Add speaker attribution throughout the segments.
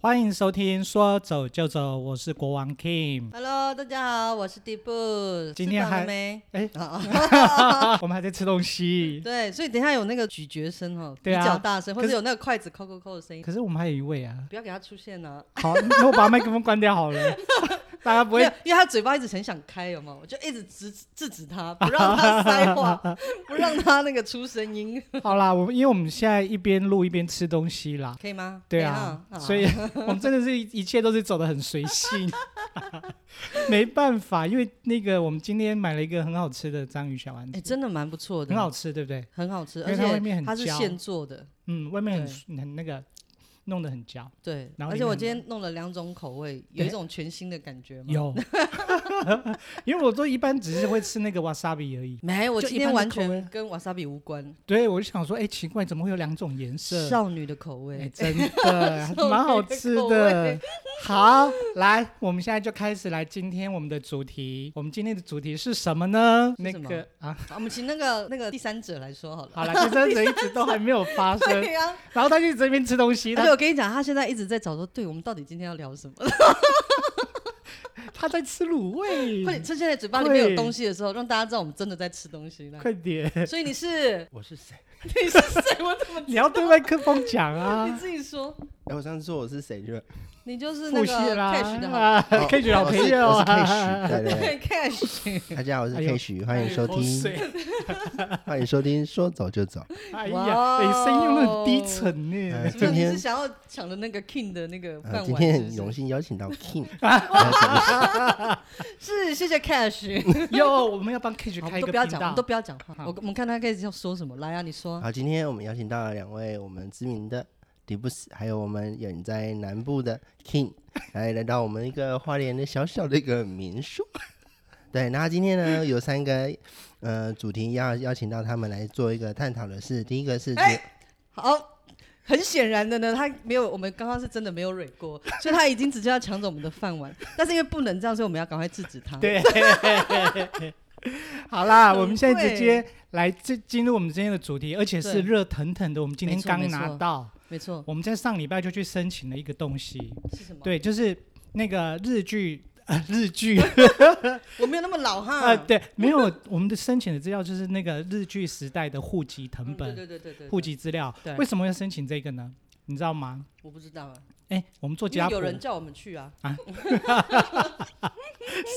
Speaker 1: 欢迎收听《说走就走》，我是国王 Kim。
Speaker 2: Hello，大家好，我是地布。
Speaker 1: 今天
Speaker 2: 吃饭
Speaker 1: 还
Speaker 2: 了没？，
Speaker 1: 哎
Speaker 2: 啊，
Speaker 1: 我们还在吃东 西，
Speaker 2: 对，所以等一下有那个咀嚼声哦，
Speaker 1: 对啊
Speaker 2: 比较大声，或
Speaker 1: 可
Speaker 2: 者
Speaker 1: 是
Speaker 2: 有那个筷子扣扣扣的声音，
Speaker 1: 可是我们还有一位啊。
Speaker 2: 不要给他出现啊。
Speaker 1: 好，那我把麦克风关掉好了， 大家不
Speaker 2: 因为
Speaker 1: 会。
Speaker 2: 因为他嘴巴一直很想开，有没有？我就一直制制止他，不让他塞 话，不让他那个出声音，
Speaker 1: 好啦，我们因为我们现在一边录一边吃东西啦。
Speaker 2: 可以吗？
Speaker 1: 对啊，
Speaker 2: 等一下
Speaker 1: 所以 我们真的是一一切都是走得很随性， 没办法，因为那个我们今天买了一个很好吃的章鱼小丸
Speaker 2: 哎，
Speaker 1: 子，
Speaker 2: 真的蛮不错的，
Speaker 1: 很好，吃，对不对？
Speaker 2: 很好吃，
Speaker 1: 因为
Speaker 2: 而
Speaker 1: 它外面
Speaker 2: 且
Speaker 1: 很
Speaker 2: 它是
Speaker 1: 焦
Speaker 2: 现做的，
Speaker 1: 嗯，外面很很那个，弄得很焦。
Speaker 2: 对，
Speaker 1: 然后
Speaker 2: 而
Speaker 1: 里
Speaker 2: 且
Speaker 1: 面
Speaker 2: 我
Speaker 1: 很
Speaker 2: 今天弄了两种口味，有一
Speaker 1: 对
Speaker 2: 种全新的感觉吗？
Speaker 1: 有， 因为我都一般只是会吃那个 wasabi 而已。
Speaker 2: 没，我
Speaker 1: 就
Speaker 2: 今
Speaker 1: 一
Speaker 2: 天
Speaker 1: 般的
Speaker 2: 完
Speaker 1: 口味
Speaker 2: 全跟 wasabi 无关，
Speaker 1: 对，我就想说，哎、奇怪，怎么会有两种颜色？
Speaker 2: 少女的口味。
Speaker 1: 哎、真 的
Speaker 2: 少
Speaker 1: 蛮好
Speaker 2: 女的
Speaker 1: 吃
Speaker 2: 欸口
Speaker 1: 的
Speaker 2: 味。
Speaker 1: 好，来，我们现在就开始来今天我们的主题。我们今天的主题是什么呢？
Speaker 2: 是
Speaker 1: 那
Speaker 2: 什么
Speaker 1: 个啊，
Speaker 2: 好我们请那个那个第三者来说好了。
Speaker 1: 好了，第三者一直都还没有发生，
Speaker 2: 对哎呀、
Speaker 1: 然后他就一直在那边吃东西，
Speaker 2: 而且
Speaker 1: 他嗯
Speaker 2: 我跟你讲，他现在一直在找说，对我们到底今天要聊什么？
Speaker 1: 他在吃卤
Speaker 2: 快点，
Speaker 1: 味，
Speaker 2: 趁现在嘴巴里面有东西的时候，让大家知道我们真的在吃东西啦。
Speaker 1: 快点，
Speaker 2: 所以 你是
Speaker 3: 我是谁？
Speaker 2: 你是谁？我怎么
Speaker 1: 你要对麦克风讲
Speaker 2: 你
Speaker 1: 啊。
Speaker 2: 自己说？
Speaker 3: 哎，我上次说我是谁去了？
Speaker 2: 你就是那
Speaker 1: 复
Speaker 2: 个
Speaker 1: 习啦
Speaker 2: Cash 的好
Speaker 1: 啊
Speaker 3: 哦
Speaker 1: ，Cash 老
Speaker 3: 我
Speaker 1: 朋
Speaker 3: 是
Speaker 1: 友
Speaker 3: 我是
Speaker 1: 啊
Speaker 3: K 许，对对
Speaker 2: 对 Cash，
Speaker 3: 对，大家好，我是
Speaker 1: 哎呦
Speaker 3: K 许，欢迎收
Speaker 1: 哎口水啊
Speaker 3: 听，欢迎收听，说走就 走。
Speaker 1: 哎
Speaker 2: 哇
Speaker 1: 呀，
Speaker 2: 哦
Speaker 1: 哎，声音用的很低沉
Speaker 3: 哎
Speaker 1: 呢。
Speaker 2: 怎么你
Speaker 3: 今
Speaker 2: 是
Speaker 3: 天
Speaker 2: 想要抢的那个 King 的那个
Speaker 3: 呃，
Speaker 2: 饭
Speaker 3: 今
Speaker 2: 碗
Speaker 3: 天
Speaker 2: 是不
Speaker 3: 很
Speaker 2: 是？
Speaker 3: 荣幸邀请 到 King，
Speaker 2: 是谢 谢 Cash。
Speaker 1: 哟，我们要帮 Cash
Speaker 2: 好，我
Speaker 1: 开
Speaker 2: 们
Speaker 1: 一
Speaker 2: 都
Speaker 1: 个
Speaker 2: 不要
Speaker 1: 频
Speaker 2: 讲，我们
Speaker 1: 道
Speaker 2: 都。不要讲话。
Speaker 1: 好
Speaker 2: 我我们看他 Cash 要说什么，来啊，你说。
Speaker 3: 好，今天我们邀请到了两位我们知名的迪布斯，还有我们远在南部的 King，来来到我们一个花莲的小小的一个民宿。对，那今天呢有三个呃主题要邀请到他们来做一个探讨的是，第一个是
Speaker 2: 哎好，很显然的呢，他没有，我们刚刚是真的没有蕊 过，所以他已经直接要抢走我们的饭碗。但是因为不能这样，所以我们要赶快制止他。，
Speaker 1: 对， 好啦，
Speaker 2: 啊很
Speaker 1: 我们现在直
Speaker 2: 会
Speaker 1: 接来进进入我们今天的主题，而且是
Speaker 2: 对
Speaker 1: 热腾腾的。我们今天
Speaker 2: 没错
Speaker 1: 刚
Speaker 2: 没
Speaker 1: 拿
Speaker 2: 错
Speaker 1: 到，
Speaker 2: 没错，
Speaker 1: 我们在上礼拜就去申请了一个东西，
Speaker 2: 是什么？，
Speaker 1: 对，就是那个日剧。 呃日剧，
Speaker 2: 我没有那么老哈。 嗯
Speaker 1: 呃，对，没有，我们的申请的资料就是那个日剧时代的户籍
Speaker 2: 嗯，
Speaker 1: 藤本、
Speaker 2: 对对对对对，
Speaker 1: 户籍资料。
Speaker 2: 对
Speaker 1: 为什么要申请这个呢？你知道吗？
Speaker 2: 我不知道啊，
Speaker 1: 哎，我们做
Speaker 2: 因
Speaker 1: 家
Speaker 2: 为
Speaker 1: 谱
Speaker 2: 有，人叫我们去啊，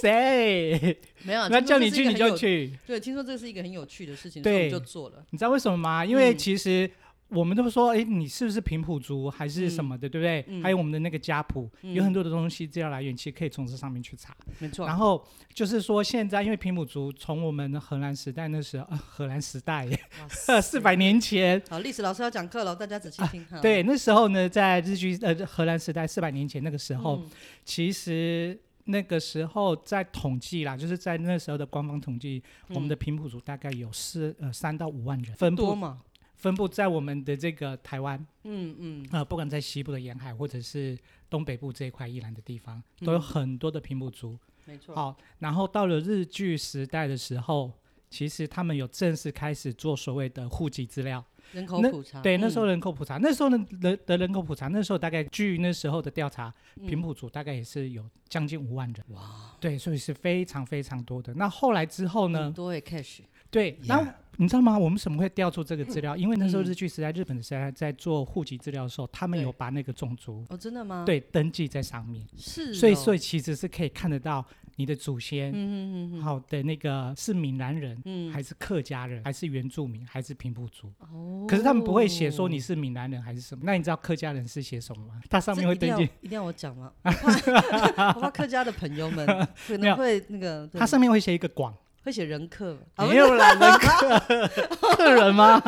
Speaker 1: 谁？
Speaker 2: 没有啊，
Speaker 1: 那
Speaker 2: 听说
Speaker 1: 叫
Speaker 2: 这
Speaker 1: 你
Speaker 2: 是
Speaker 1: 去
Speaker 2: 一个
Speaker 1: 你
Speaker 2: 很
Speaker 1: 就
Speaker 2: 有。
Speaker 1: 去。
Speaker 2: 对，听说这是一个很有趣的事情，所
Speaker 1: 对
Speaker 2: 以我们就做了。
Speaker 1: 你知道为什么吗？因为
Speaker 2: 嗯
Speaker 1: 其实我们都说，哎、你是不是平埔族还是什么的，对不对？
Speaker 2: 嗯
Speaker 1: 还有我们的那个家谱，
Speaker 2: 嗯
Speaker 1: 有很多的东西资料来源，其实可以从这上面去查。
Speaker 2: 没错，
Speaker 1: 然后就是说，现在因为平埔族从我们荷兰时代那时候，呃 荷兰时代
Speaker 2: 哇
Speaker 1: 四百年前。
Speaker 2: 好，历史老师要讲课了，大家仔细听哈。
Speaker 1: 对，那时候呢，在日据呃荷兰时代四百年前那个时候，
Speaker 2: 嗯，
Speaker 1: 其实那个时候在统计啦，就是在那时候的官方统计，我们的平埔族大概有四呃三到五万人，分
Speaker 2: 嗯多
Speaker 1: 布
Speaker 2: 嘛，
Speaker 1: 分布在我们的这个台湾，
Speaker 2: 嗯嗯，
Speaker 1: 啊，不管在西部的沿海，或者是东北部这一块宜兰的地方，都有
Speaker 2: 嗯
Speaker 1: 很多的平埔族。
Speaker 2: 没错。
Speaker 1: 好、然后到了日据时代的时候，其实他们有正式开始做所谓的户籍资料。
Speaker 2: 人口
Speaker 1: 那
Speaker 2: 普查，
Speaker 1: 对，那时候
Speaker 2: 嗯
Speaker 1: 人口普查，那时候呢人的人口普查，那时候大概据那时候的调查，平
Speaker 2: 嗯
Speaker 1: 埔族大概也是有将近五万人。哇，对，所以是非常非常多的。那后来之后呢
Speaker 2: 很？多哎 cash，
Speaker 1: 对，然后
Speaker 3: Yeah
Speaker 1: 你知道吗？我们什么会调出这个资料？因为那时候
Speaker 2: 嗯
Speaker 1: 日据时代、日本的时代在做户籍资料的时候，他们
Speaker 2: 对
Speaker 1: 有把那个种族
Speaker 2: 哦，真的吗？，
Speaker 1: 对登记在上面，
Speaker 2: 是哦，
Speaker 1: 所以所以其实是可以看得到你的祖先，
Speaker 2: 嗯嗯嗯嗯，
Speaker 1: 好的那个是闽南人。
Speaker 2: 嗯，
Speaker 1: 还是客家人，还是原住民，还是平埔族？
Speaker 2: 哦，
Speaker 1: 可是他们不会写说你是闽南人还是什么。那你知道客家人是写什么吗？他上面
Speaker 2: 这
Speaker 1: 会
Speaker 2: 一定
Speaker 1: 登
Speaker 2: 要
Speaker 1: 记，
Speaker 2: 一定要我讲 吗？我怕我怕客 家的朋友们可
Speaker 1: 没有
Speaker 2: 能会那个，对
Speaker 1: 他上面会写一个广，
Speaker 2: 会写人客啊，不
Speaker 1: 没
Speaker 2: 是
Speaker 1: 有啦，人客客人吗？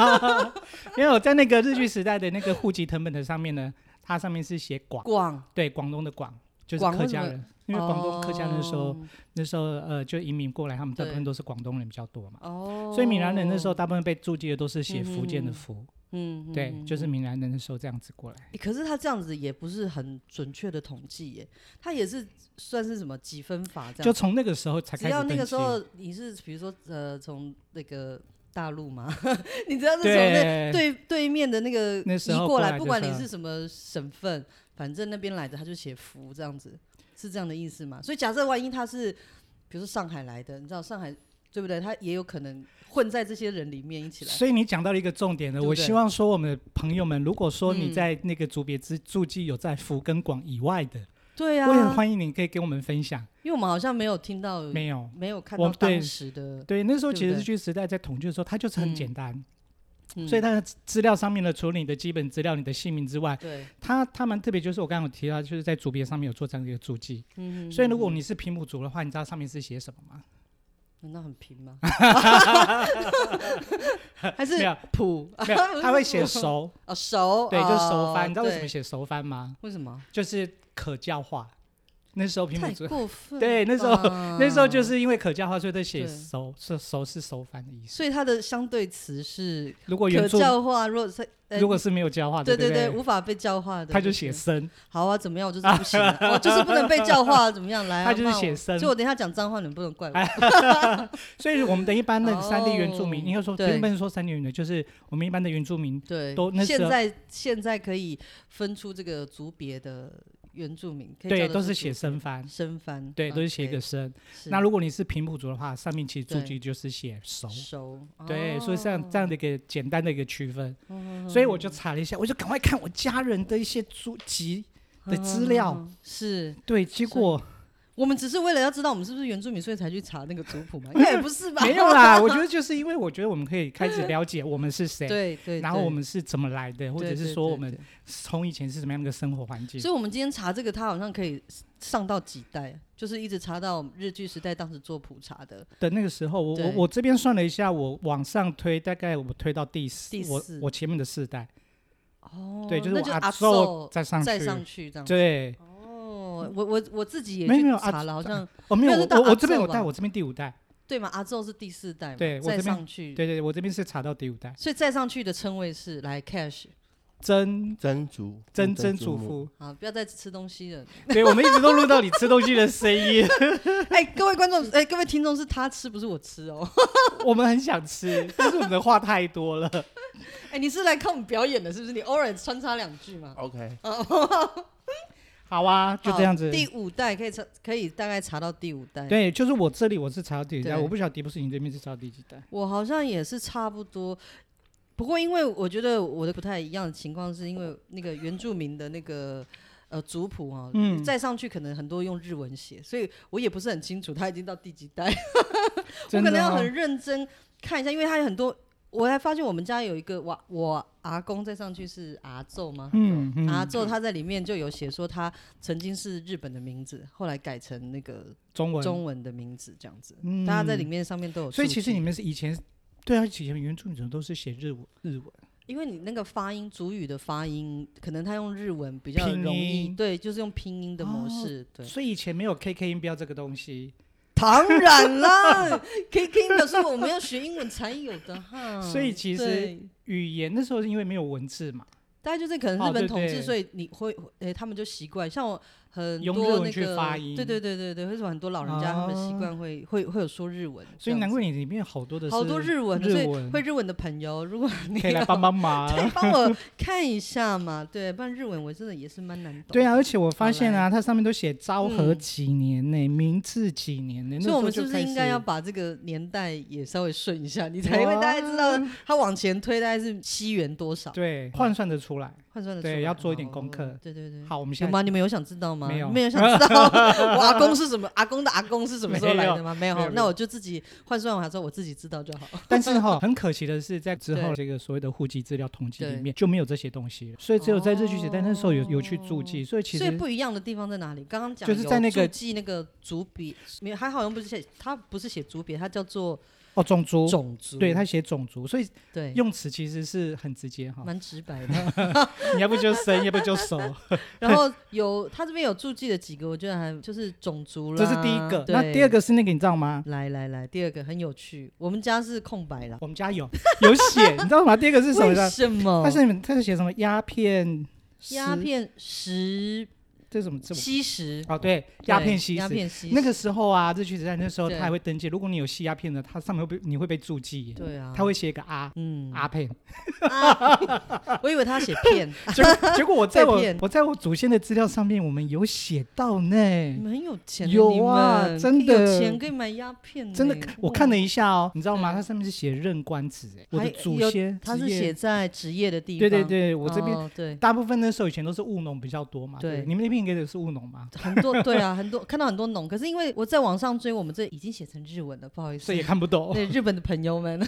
Speaker 1: 因为我在那个日据时代的那个户籍藤本的上面呢，它上面是写广，
Speaker 2: 广
Speaker 1: 对，广东的广。就是
Speaker 2: 广为哦
Speaker 1: 客家
Speaker 2: 什么
Speaker 1: 人，因为广东客家人的时候，
Speaker 2: 哦
Speaker 1: 那时候呃就移民过来，他们大部分
Speaker 2: 对
Speaker 1: 都是广东人比较多嘛。
Speaker 2: 哦，
Speaker 1: 所以闽南人那时候大部分被注记的都是写福建的
Speaker 2: 嗯
Speaker 1: 福，
Speaker 2: 嗯，嗯，
Speaker 1: 对，
Speaker 2: 嗯
Speaker 1: 就是
Speaker 2: 嗯
Speaker 1: 闽南人的时候这样子过来。
Speaker 2: 诶可是他这样子也不是很准确的统计耶，他也是算是什么几分法这
Speaker 1: 就
Speaker 2: 样，
Speaker 1: 从那个时候才
Speaker 2: 只
Speaker 1: 开始
Speaker 2: 要那
Speaker 1: 登
Speaker 2: 个
Speaker 1: 记
Speaker 2: 时。候你是比如说呃从那个大陆嘛， 你知道是从
Speaker 1: 对，
Speaker 2: 那对对面的那个
Speaker 1: 哎那时候过
Speaker 2: 移过来，
Speaker 1: 来
Speaker 2: 不
Speaker 1: 就
Speaker 2: 管
Speaker 1: 是
Speaker 2: 你是什么省份，反正那边来的他就写福这样子，是这样的意思吗？所以假设万一他是，比如说上海来的，你知道上海对不对？他也有可能混在这些人里面一起来。
Speaker 1: 所以你讲到了一个重点呢，
Speaker 2: 对不
Speaker 1: 我
Speaker 2: 对
Speaker 1: 希望说我们的朋友们，如果说你
Speaker 2: 嗯
Speaker 1: 在那个组别之注记有在福跟广以外的，
Speaker 2: 对
Speaker 1: 我也很
Speaker 2: 啊，
Speaker 1: 欢迎你可以给我们分享。
Speaker 2: 因为我们好像没有听到，
Speaker 1: 没有，
Speaker 2: 没有看
Speaker 1: 我
Speaker 2: 到
Speaker 1: 们对
Speaker 2: 当时的，
Speaker 1: 对，那时候
Speaker 2: 对不
Speaker 1: 其实
Speaker 2: 对
Speaker 1: 日据时代在统计的时候，它就是很
Speaker 2: 嗯
Speaker 1: 简单，
Speaker 2: 嗯
Speaker 1: 所以它的资料上面的除了你的基本资料、你的姓名之外，
Speaker 2: 对，
Speaker 1: 它他们特别就是我刚刚有提到，就是在组别上面有做这样的一个注记。
Speaker 2: 嗯，
Speaker 1: 所以如果你是平埔族的话，你知道上面是写什么吗？
Speaker 2: 难道很 平吗？ 还是
Speaker 1: 没有
Speaker 2: 普？
Speaker 1: 没有
Speaker 2: 不，是
Speaker 1: 它会写
Speaker 2: 普
Speaker 1: 熟，
Speaker 2: 哦，熟，
Speaker 1: 对，就是熟
Speaker 2: 哦
Speaker 1: 番。你知道为什么
Speaker 2: 对
Speaker 1: 写熟番吗？
Speaker 2: 为什么？
Speaker 1: 就是可教化。那时候平埔
Speaker 2: 太
Speaker 1: 族
Speaker 2: 过分了吧。，
Speaker 1: 对那时候那时候就是是因为可教化，所以都写
Speaker 2: 嗯对
Speaker 1: 熟是熟是熟番的意思。
Speaker 2: 所以它的相对词是
Speaker 1: 如果
Speaker 2: 可
Speaker 1: 哦原著
Speaker 2: 教化，若是呃
Speaker 1: 如果是没有教化的，
Speaker 2: 对
Speaker 1: 对
Speaker 2: 对
Speaker 1: 不
Speaker 2: 对，无法被教化的，
Speaker 1: 他就写生，
Speaker 2: 好啊，怎么样？我就是 不行啊，我就是不能被教化，怎么样？来啊，
Speaker 1: 他就是
Speaker 2: 骂我
Speaker 1: 写生哎
Speaker 2: 所以我等一下讲脏话，你们不能怪我。
Speaker 1: 所以我们的一般的
Speaker 2: 哦
Speaker 1: 三地原住民，应该说不
Speaker 2: 对
Speaker 1: 能说三地原住民，就是我们一般的原住民，
Speaker 2: 对
Speaker 1: 都那，
Speaker 2: 现
Speaker 1: 时候
Speaker 2: 在现在可以分出这个族别的原住民，可以
Speaker 1: 对，
Speaker 2: 叫得
Speaker 1: 都
Speaker 2: 出
Speaker 1: 是
Speaker 2: 族
Speaker 1: 写
Speaker 2: 别
Speaker 1: 生番，
Speaker 2: 生番，
Speaker 1: 对，
Speaker 2: 啊
Speaker 1: 都是写一个
Speaker 2: OK，
Speaker 1: 生。
Speaker 2: 是
Speaker 1: 那如果你是平埔族的话，上面其实注
Speaker 2: 对
Speaker 1: 记就是写熟。
Speaker 2: 熟，哦
Speaker 1: 对，所以这样这样的一个简单的一个区分，
Speaker 2: 样
Speaker 1: 所以我就查了一下，我就赶快看我家人的一些书籍
Speaker 2: 嗯
Speaker 1: 的资料，
Speaker 2: 是
Speaker 1: 对，结果
Speaker 2: 我们只是为了要知道我们是不是原住民，所以才去查那个族 谱嘛，应该也不是 吧？
Speaker 1: 没有啦，我觉得就是因为我觉得我们可以开始了解我们是谁，
Speaker 2: 对对，
Speaker 1: 然后
Speaker 2: 对
Speaker 1: 我们是怎么来的，或者
Speaker 2: 对
Speaker 1: 是
Speaker 2: 对
Speaker 1: 说
Speaker 2: 对
Speaker 1: 我们
Speaker 2: 对
Speaker 1: 从以前是什么样的一个生活环境。
Speaker 2: 所以我们今天查这个，它好像可以上到几代，啊就是一直查到日据时代当时做普查的
Speaker 1: 的那个时候，我我
Speaker 2: 对
Speaker 1: 我这边算了一下，我往上推，大概我推到第四，
Speaker 2: 第
Speaker 1: 我
Speaker 2: 四
Speaker 1: 我前面的四代，
Speaker 2: 哦
Speaker 1: 对，就是
Speaker 2: 那
Speaker 1: 我
Speaker 2: 就
Speaker 1: 阿
Speaker 2: 寿
Speaker 1: 寿再上去，
Speaker 2: 再上去这样。
Speaker 1: 对，
Speaker 2: 哦，我我我自己也
Speaker 1: 没有
Speaker 2: 去
Speaker 1: 没有
Speaker 2: 查
Speaker 1: 阿
Speaker 2: 了，好像
Speaker 1: 哦没有，
Speaker 2: 没有
Speaker 1: 我
Speaker 2: 是到
Speaker 1: 我
Speaker 2: 阿
Speaker 1: 我这边
Speaker 2: 寿
Speaker 1: 有带，
Speaker 2: 吧
Speaker 1: 我这边第五代，
Speaker 2: 对嘛，阿宙是第四代嘛，
Speaker 1: 对我
Speaker 2: 再
Speaker 1: 这边
Speaker 2: 上去，
Speaker 1: 对对，我这边是查到第五代，
Speaker 2: 所以再上去的称谓是来 cash
Speaker 1: 曾
Speaker 3: 曾祖
Speaker 1: 曾曾
Speaker 3: 曾
Speaker 1: 祖
Speaker 3: 母，
Speaker 1: 父，
Speaker 2: 啊，不要再吃东西了。
Speaker 1: 对，我们一直都录到你吃东西的声音，
Speaker 2: 哎，各位观众，哎，各位听众，是他吃，不是我吃哦。
Speaker 1: 我们很想吃，但是我们的话太多了。
Speaker 2: 哎，你是来看我们表演的，是不是？你偶尔穿插两句嘛。
Speaker 3: OK，
Speaker 1: 好啊，就
Speaker 2: 好
Speaker 1: 这样子。
Speaker 2: 第五代可以查，可以大概查到第五代。
Speaker 1: 对，就是我这里我是查到第五代，
Speaker 2: 哎对
Speaker 1: 我不晓得迪布斯你这边是查到第几代。
Speaker 2: 我好像也是差不多，不过因为我觉得我的不太一样的情况，是因为那个原住民的那个呃族谱啊，
Speaker 1: 嗯
Speaker 2: 再上去可能很多用日文写，所以我也不是很清楚他已经到第几代， 我
Speaker 1: 真
Speaker 2: 可
Speaker 1: 的哦
Speaker 2: 能要
Speaker 1: 吗
Speaker 2: 很认真看一下，因为他有很多。我还发现我们家有一个我我阿公再上去是阿昼吗？
Speaker 1: 嗯
Speaker 2: 阿
Speaker 1: 嗯，
Speaker 2: 昼他在里面就有写说他曾经是日本的名字，后来改成那个
Speaker 1: 中文。
Speaker 2: 中文的名字这样子，
Speaker 1: 嗯
Speaker 2: 大家在里面上面都有注记。
Speaker 1: 所以其实你们是以前，对啊，以前原住民族都是写日文，日文
Speaker 2: 因为你那个发音，主语的发音，可能他用日文比较
Speaker 1: 拼
Speaker 2: 容易，
Speaker 1: 音
Speaker 2: 对，就是用拼音的模
Speaker 1: 哦
Speaker 2: 式，对。
Speaker 1: 所以以前没有 KK 音标这个东西，
Speaker 2: 当然 啦，K K 表示我们要学英文才有的哈。
Speaker 1: 所以其实
Speaker 2: 对
Speaker 1: 语言那时候是因为没有文字嘛，
Speaker 2: 大家就是可能
Speaker 1: 哦
Speaker 2: 日
Speaker 1: 对
Speaker 2: 本统治，
Speaker 1: 对
Speaker 2: 所以你会，诶、他们就习惯，像我很
Speaker 1: 用
Speaker 2: 多
Speaker 1: 日文
Speaker 2: 那
Speaker 1: 去
Speaker 2: 个，
Speaker 1: 发音哦
Speaker 2: 对对对对对，为什么很多老人家他们习惯会、会会有说日文，
Speaker 1: 所以
Speaker 2: 这样
Speaker 1: 难怪
Speaker 2: 子
Speaker 1: 你里面有好多的
Speaker 2: 好多
Speaker 1: 是
Speaker 2: 日文，啊
Speaker 1: 日
Speaker 2: 所以
Speaker 1: 文
Speaker 2: 会日文的朋友，如果你
Speaker 1: 可以来
Speaker 2: 要
Speaker 1: 帮帮忙。啊
Speaker 2: 对帮我看一下嘛，对，不然日文我真的也是蛮难懂。
Speaker 1: 对啊，而且我发
Speaker 2: 好
Speaker 1: 现啊，它上面都写昭和
Speaker 2: 嗯
Speaker 1: 几年呢、明治几年哎呢，那
Speaker 2: 所以我们
Speaker 1: 时候
Speaker 2: 是不
Speaker 1: 就是开
Speaker 2: 应该
Speaker 1: 始
Speaker 2: 要把这个年代也稍微顺一下，你才会大概知道它往前推大概是西元多少，
Speaker 1: 对换算得出来？
Speaker 2: 换算的
Speaker 1: 对要做一点功课
Speaker 2: 哦对对对。
Speaker 1: 好，我们
Speaker 2: 嗯有
Speaker 1: 现在
Speaker 2: 吗？你们有想知道吗？
Speaker 1: 没有
Speaker 2: 你们有想知 道我阿公是什么？阿公的阿公是什么时候来的吗？没有
Speaker 1: 没有，
Speaker 2: 那我就自己换算完之后，我自己知道就好。
Speaker 1: 但是哈，很可惜的是，在之后
Speaker 2: 对
Speaker 1: 这个所谓的户籍资料统计里
Speaker 2: 对哦
Speaker 1: 面就没有这些东西了，所以只有在日据时代那时候有有去注记，所以其
Speaker 2: 所以
Speaker 1: 实
Speaker 2: 不一样的地方在哪里？刚刚讲
Speaker 1: 就是在那个
Speaker 2: 有注记那个族别，没有，还好像不是写，它不是写族别，它叫做
Speaker 1: 哦种族，
Speaker 2: 种族。
Speaker 1: 对他写种族，所以
Speaker 2: 对，
Speaker 1: 用词其实是很直接哈，
Speaker 2: 蛮直 白的。
Speaker 1: 你要不就生，要不就 熟，
Speaker 2: 然后有他这边有注记的几个，我觉得还就是种族啦。
Speaker 1: 这是第一个。
Speaker 2: 对
Speaker 1: 那第二，个是那个你知道吗？
Speaker 2: 来来来，第二个很有趣。我们家是空白啦，
Speaker 1: 我们家有 有写，你知道吗？第二个是什么？
Speaker 2: 为什么？
Speaker 1: 他是你们他是写什么鸦片？
Speaker 2: 鸦片食
Speaker 1: 这什么这么
Speaker 2: 吸食
Speaker 1: 哦，对，鸦
Speaker 2: 对
Speaker 1: 片吸
Speaker 2: 鸦
Speaker 1: 食。
Speaker 2: 片吸
Speaker 1: 那个
Speaker 2: 食
Speaker 1: 时候啊，日据时代那时候
Speaker 2: 对
Speaker 1: 他还会登记，如果你有吸鸦片的，他上面会被你会被注记，
Speaker 2: 对啊，
Speaker 1: 他会写一个阿
Speaker 2: 嗯
Speaker 1: 阿片，
Speaker 2: 啊， 我以为他写片，
Speaker 1: 结果结果我在我
Speaker 2: 被骗
Speaker 1: 我在我祖先的资料上面，我们有写到呢
Speaker 2: 你。们很有钱的，
Speaker 1: 有
Speaker 2: 你
Speaker 1: 啊
Speaker 2: 们
Speaker 1: 真
Speaker 2: 可以有
Speaker 1: 的
Speaker 2: 钱可以买鸦片欸呢，
Speaker 1: 真的，我看了一下哦，你知道吗？
Speaker 2: 嗯
Speaker 1: 它上面是写任官职，哎，我
Speaker 2: 还
Speaker 1: 的祖
Speaker 2: 有
Speaker 1: 先
Speaker 2: 他
Speaker 1: 职
Speaker 2: 是
Speaker 1: 业
Speaker 2: 写在职业的地
Speaker 1: 对
Speaker 2: 方，
Speaker 1: 对，对，我这边
Speaker 2: 哦对
Speaker 1: 大部分那时候以前都是务农比较多嘛，
Speaker 2: 对
Speaker 1: 你们那边应该也是务农嘛，
Speaker 2: 很多对啊，很多看到很多农，可是因为我在网上追，我们这已经写成日文了，不好意思
Speaker 1: 所以，也看不懂。
Speaker 2: 对日本的朋友们，